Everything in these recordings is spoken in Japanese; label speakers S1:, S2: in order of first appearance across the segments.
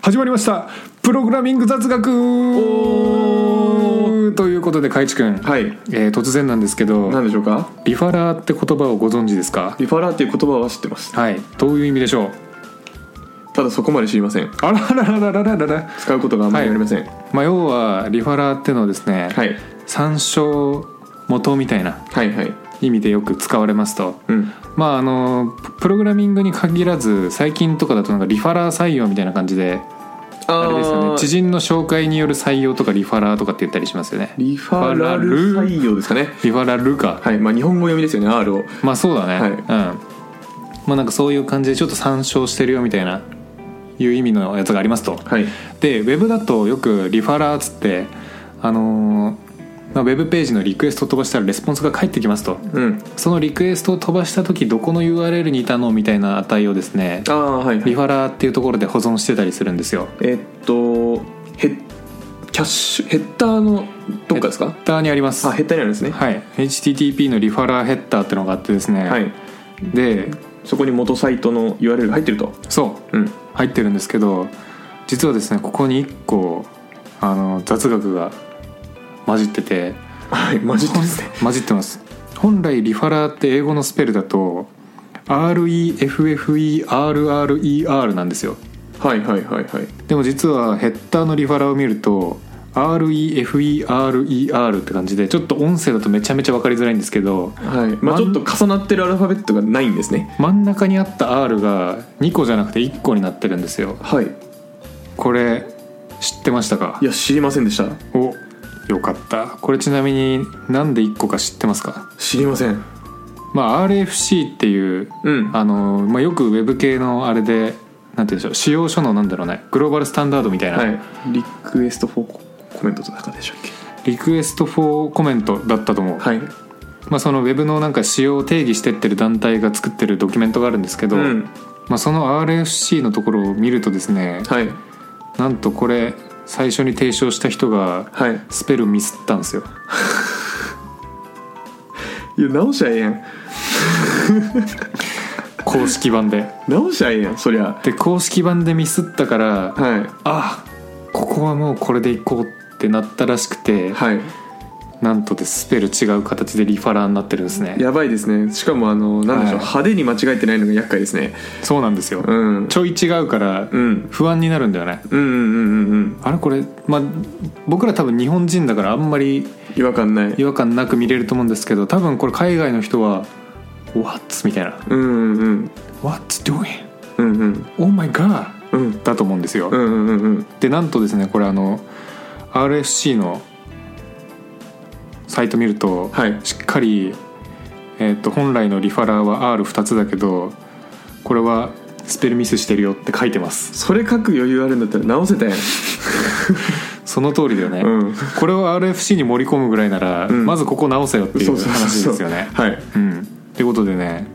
S1: 始まりましたプログラミング雑学ということで海地君、
S2: はい
S1: えー突然なんですけど
S2: 何でしょうか
S1: リファラーって言葉をご存知ですか
S2: リファラーっていう言葉は知ってます
S1: はいどういう意味でしょう
S2: ただそこまで知りません
S1: あらららららららら
S2: 使うことがあんまりありません
S1: まあ要はリファラーってのはですね、
S2: はい
S1: 参照元みたいな
S2: はいはい
S1: 意味でよく使われますと
S2: うん
S1: まああのプログラミングに限らず最近とかだとなんかリファラー採用みたいな感じであれですよね
S2: ー
S1: 知人の紹介による採用とかリファラーとかって言ったりしますよね
S2: リファラル採用ですかね
S1: リファラルか
S2: はいまあ日本語読みですよね R を
S1: まあそうだね、
S2: はい
S1: うんまあなんかそういう感じでちょっと参照してるよみたいないう意味のやつがありますと
S2: はい
S1: でウェブだとよくリファラーっつってあのーまあ、ウェブページのリクエストを飛ばしたらレスポンスが返ってきますと
S2: うん
S1: そのリクエストを飛ばした時どこの URL にいたのみたいな値をですね
S2: ああはいは
S1: リ
S2: い
S1: ファラーっていうところで保存してたりするんですよ
S2: えっとヘッキャッシュヘッダーのどっかですか
S1: ヘッダーにあります
S2: あ
S1: はい
S2: ヘッダーにあるんですねは
S1: HTTP のリファラーヘッダーってのがあってですね、
S2: い、
S1: で
S2: そこに元サイトの URL が入ってると
S1: そう
S2: うん
S1: 入ってるんですけど実はですねここに1個あの雑学が混じってて
S2: はいマジですね
S1: 混じってます本来リファラーって英語のスペルだと REFFERRER なんですよ
S2: はいはいはいはい
S1: でも実はヘッダーのリファラーを見ると REFERER って感じでちょっと音声だとめちゃめちゃ分かりづらいんですけど
S2: はいまあちょっと重なってるアルファベットがないんですね
S1: 真ん中にあった R が2個じゃなくて1個になってるんですよ
S2: はい
S1: これ知ってましたか
S2: いや知りませんでした
S1: およかったこれちなみになんで1個か知ってますか、
S2: 知りません
S1: まあ、RFC っていう
S2: うん
S1: あの、まあ、よくウェブ系のあれでなんて言うんでしょう使用書のなんだろうねグローバルスタンダードみたいな、
S2: はいリクエストフォーコメントとかでしたっけ
S1: リクエストフォーコメントだったと思う、
S2: はい
S1: まあ、そのウェブのなんか使用を定義してってる団体が作ってるドキュメントがあるんですけど、
S2: うん
S1: まあ、その RFC のところを見るとですね
S2: はい
S1: なんとこれ最初に提唱した人が
S2: はい
S1: スペルミスったんですよ
S2: いや直しゃええやん
S1: 公式版で
S2: 直しゃええやんそりゃ
S1: で公式版でミスったから
S2: は
S1: あここはもうこれでいこうってなったらしくて
S2: いはい
S1: なんとですスペル違う形でリファラーになってるんですね
S2: やばいですねしかもあのなんでしょう、
S1: はい
S2: 派手に間違えてないのが厄介ですね
S1: そうなんですよ
S2: うん
S1: ちょい違うから
S2: うん
S1: 不安になるんだよね
S2: うんうんうんうん
S1: あれこれまあ僕ら多分日本人だからあんまり
S2: 違和感ない
S1: 違和感なく見れると思うんですけど多分これ海外の人は「What?」みたいな
S2: うんうんうん
S1: 「What's doing?Oh
S2: うんうん
S1: my god!」
S2: うん
S1: だと思うんですよ、
S2: うんうんうんうん
S1: でなんとですねこれあの RFC のサイト見ると、
S2: はい
S1: しっかり、えー、と本来のリファラーは R2 つだけどこれはスペルミスしてるよって書いてます
S2: それ書く余裕あるんだったら直せたやん
S1: その通りだよね、
S2: うん
S1: これを RFC に盛り込むぐらいなら、
S2: ん
S1: まずここ直せよってい
S2: そううそう
S1: 話
S2: そ
S1: です
S2: うそ
S1: よ
S2: う
S1: ね
S2: はい
S1: うんってことでね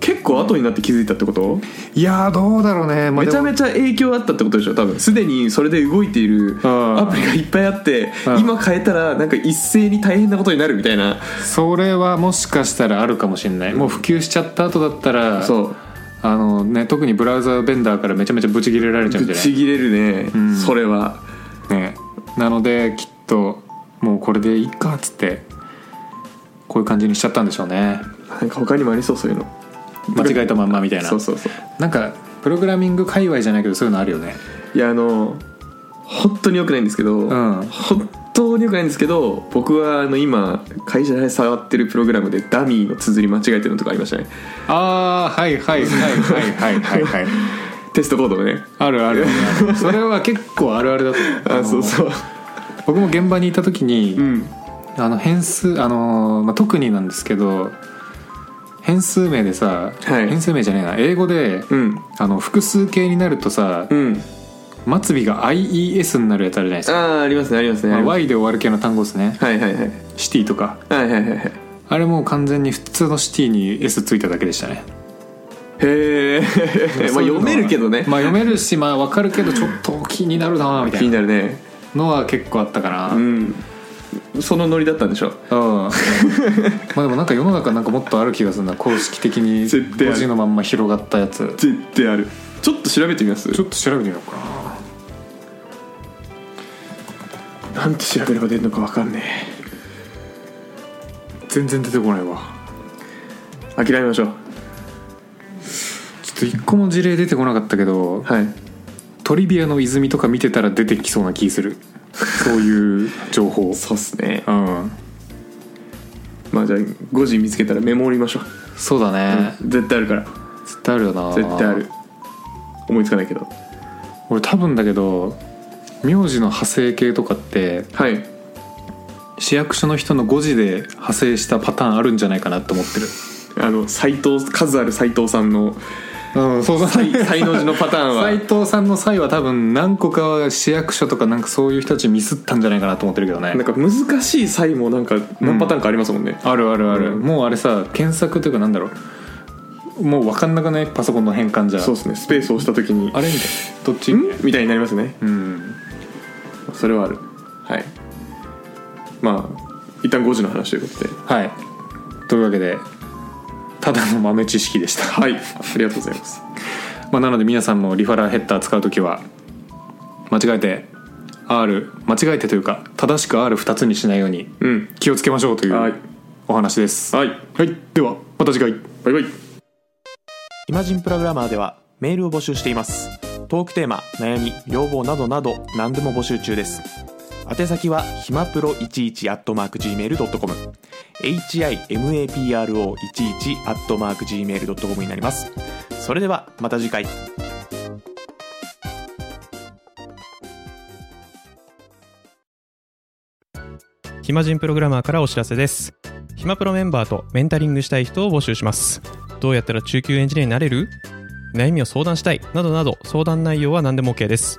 S2: 結構後になって気づいたってこと
S1: いやーどうだろうね、まあ
S2: め
S1: で
S2: ちゃ
S1: も
S2: めちゃ影響あったってことでしょ多分すでにそれで動いてい
S1: う
S2: る
S1: ん
S2: アプリがいっぱいあって
S1: うん
S2: 今変えたらなんか一斉に大変なことになるみたいな
S1: それはもしかしたらあるかもしれないもう普及しちゃった後だったら
S2: そう
S1: あのね特にブラウザーベンダーからめちゃめちゃブチ切れられちゃうんじ
S2: ぶ
S1: ゃ
S2: ち切れるね、
S1: ん
S2: それは
S1: ない、ね、なのできっともうこれでいいかっつってこういう感じにしちゃったんでしょうね
S2: なんか他にもありそうそういうの
S1: 間違えたまんまみたいな
S2: そうそうそう
S1: なんかプログラミング界隈じゃないけどそういうのあるよね
S2: いやあの本当に良くないんですけど、
S1: ん
S2: 本当に良くないんですけど僕はあの今会社で触ってるプログラムでダミーの綴り間違えてるのとかありましたね
S1: ああはいはいはいはいはいはいはい
S2: テストコードのね
S1: あるあるあるそれは結構あるあるだった
S2: あそうそう
S1: 僕も現場にいた時に、
S2: うん
S1: あの変数あのー、まあ、特になんですけど変数名でさ、
S2: はい
S1: 変数名じゃねえな英語で、
S2: うん
S1: あの複数形になるとさ、
S2: うん
S1: 末尾が IES になるやつあるじゃないです
S2: あ
S1: か、
S2: あありますねありますね
S1: ま
S2: あ
S1: あ
S2: ります
S1: Y で終わる系の単語ですね
S2: はいはいはい
S1: シティとか
S2: はいはいはいはい
S1: あれもう完全に普通のシティに S ついただけでしたね
S2: へえまあ読めるけどね、
S1: まあ読めるしまあ分かるけどちょっと気になるなみた
S2: 気
S1: い
S2: に
S1: な
S2: なるね
S1: のは結構あったかな
S2: う
S1: うん
S2: んそのノリだったんでしょ
S1: まあでもなんか世の中なんかもっとある気がするな公式的に
S2: 絶対ある
S1: 文字のまんま広がったやつ
S2: 絶対あるちょっと調べてみます
S1: ちょっと調べてみようかな
S2: なんて調べれば出るのか分かんね
S1: 全然出てこないわ
S2: え諦めましょう
S1: ちょっと一個も事例出てこなかったけど
S2: はい
S1: トリビアの泉とか見てたら出てきそうな気するそういう情報
S2: そうっすね
S1: うん
S2: まあじゃあ5時見つけたらメモりましょう、
S1: そうだね、
S2: 絶対あるから
S1: 絶対あるよな
S2: 絶対ある思いつかないけど
S1: 俺多分だけど名字の派生系とかって
S2: はい
S1: 市役所の人の5時で派生したパターンあるんじゃないかなと思ってる
S2: あの斎藤数ある斎藤さんの
S1: うんそうだ
S2: 才才能字のパターンは
S1: 斎藤さんの際は多分何個かは市役所とかなんかそういう人たちミスったんじゃないかなと思ってるけどね
S2: なんか難しい際もなんか何パターンかありますもんね、
S1: あるあるある、
S2: うん
S1: もうあれさ検索というかなんだろうもう分かんなくないパソコンの変換じゃ
S2: そうですねスペースを押した時に
S1: あれみたいなどっちみたい
S2: んみたいになりますね
S1: なうん
S2: それはあるはいまあ一旦5時の話ということで
S1: はいというわけでただの豆知識でした、
S2: はいありがとうございます
S1: まあ、なので皆さんもリファラーヘッダー使う時は間違えて R 間違えてというか正しく R2 つにしないように
S2: うん
S1: 気をつけましょうとい
S2: はいう
S1: お話です、
S2: はい
S1: はい、ではまた次回
S2: バイバイ
S3: イマジンプログラマーではメールを募集していますトークテーマ悩み要望などなど何でも募集中です宛先はひまプロ11アットマーク Gmail.com himapro11 アットマーク Gmail.com になりますそれではまた次回
S4: 暇人プログラマーからお知らせです暇プロメンバーとメンタリングしたい人を募集しますどうやったら中級エンジニアになれる悩みを相談したいなどなど相談内容は何でも OK です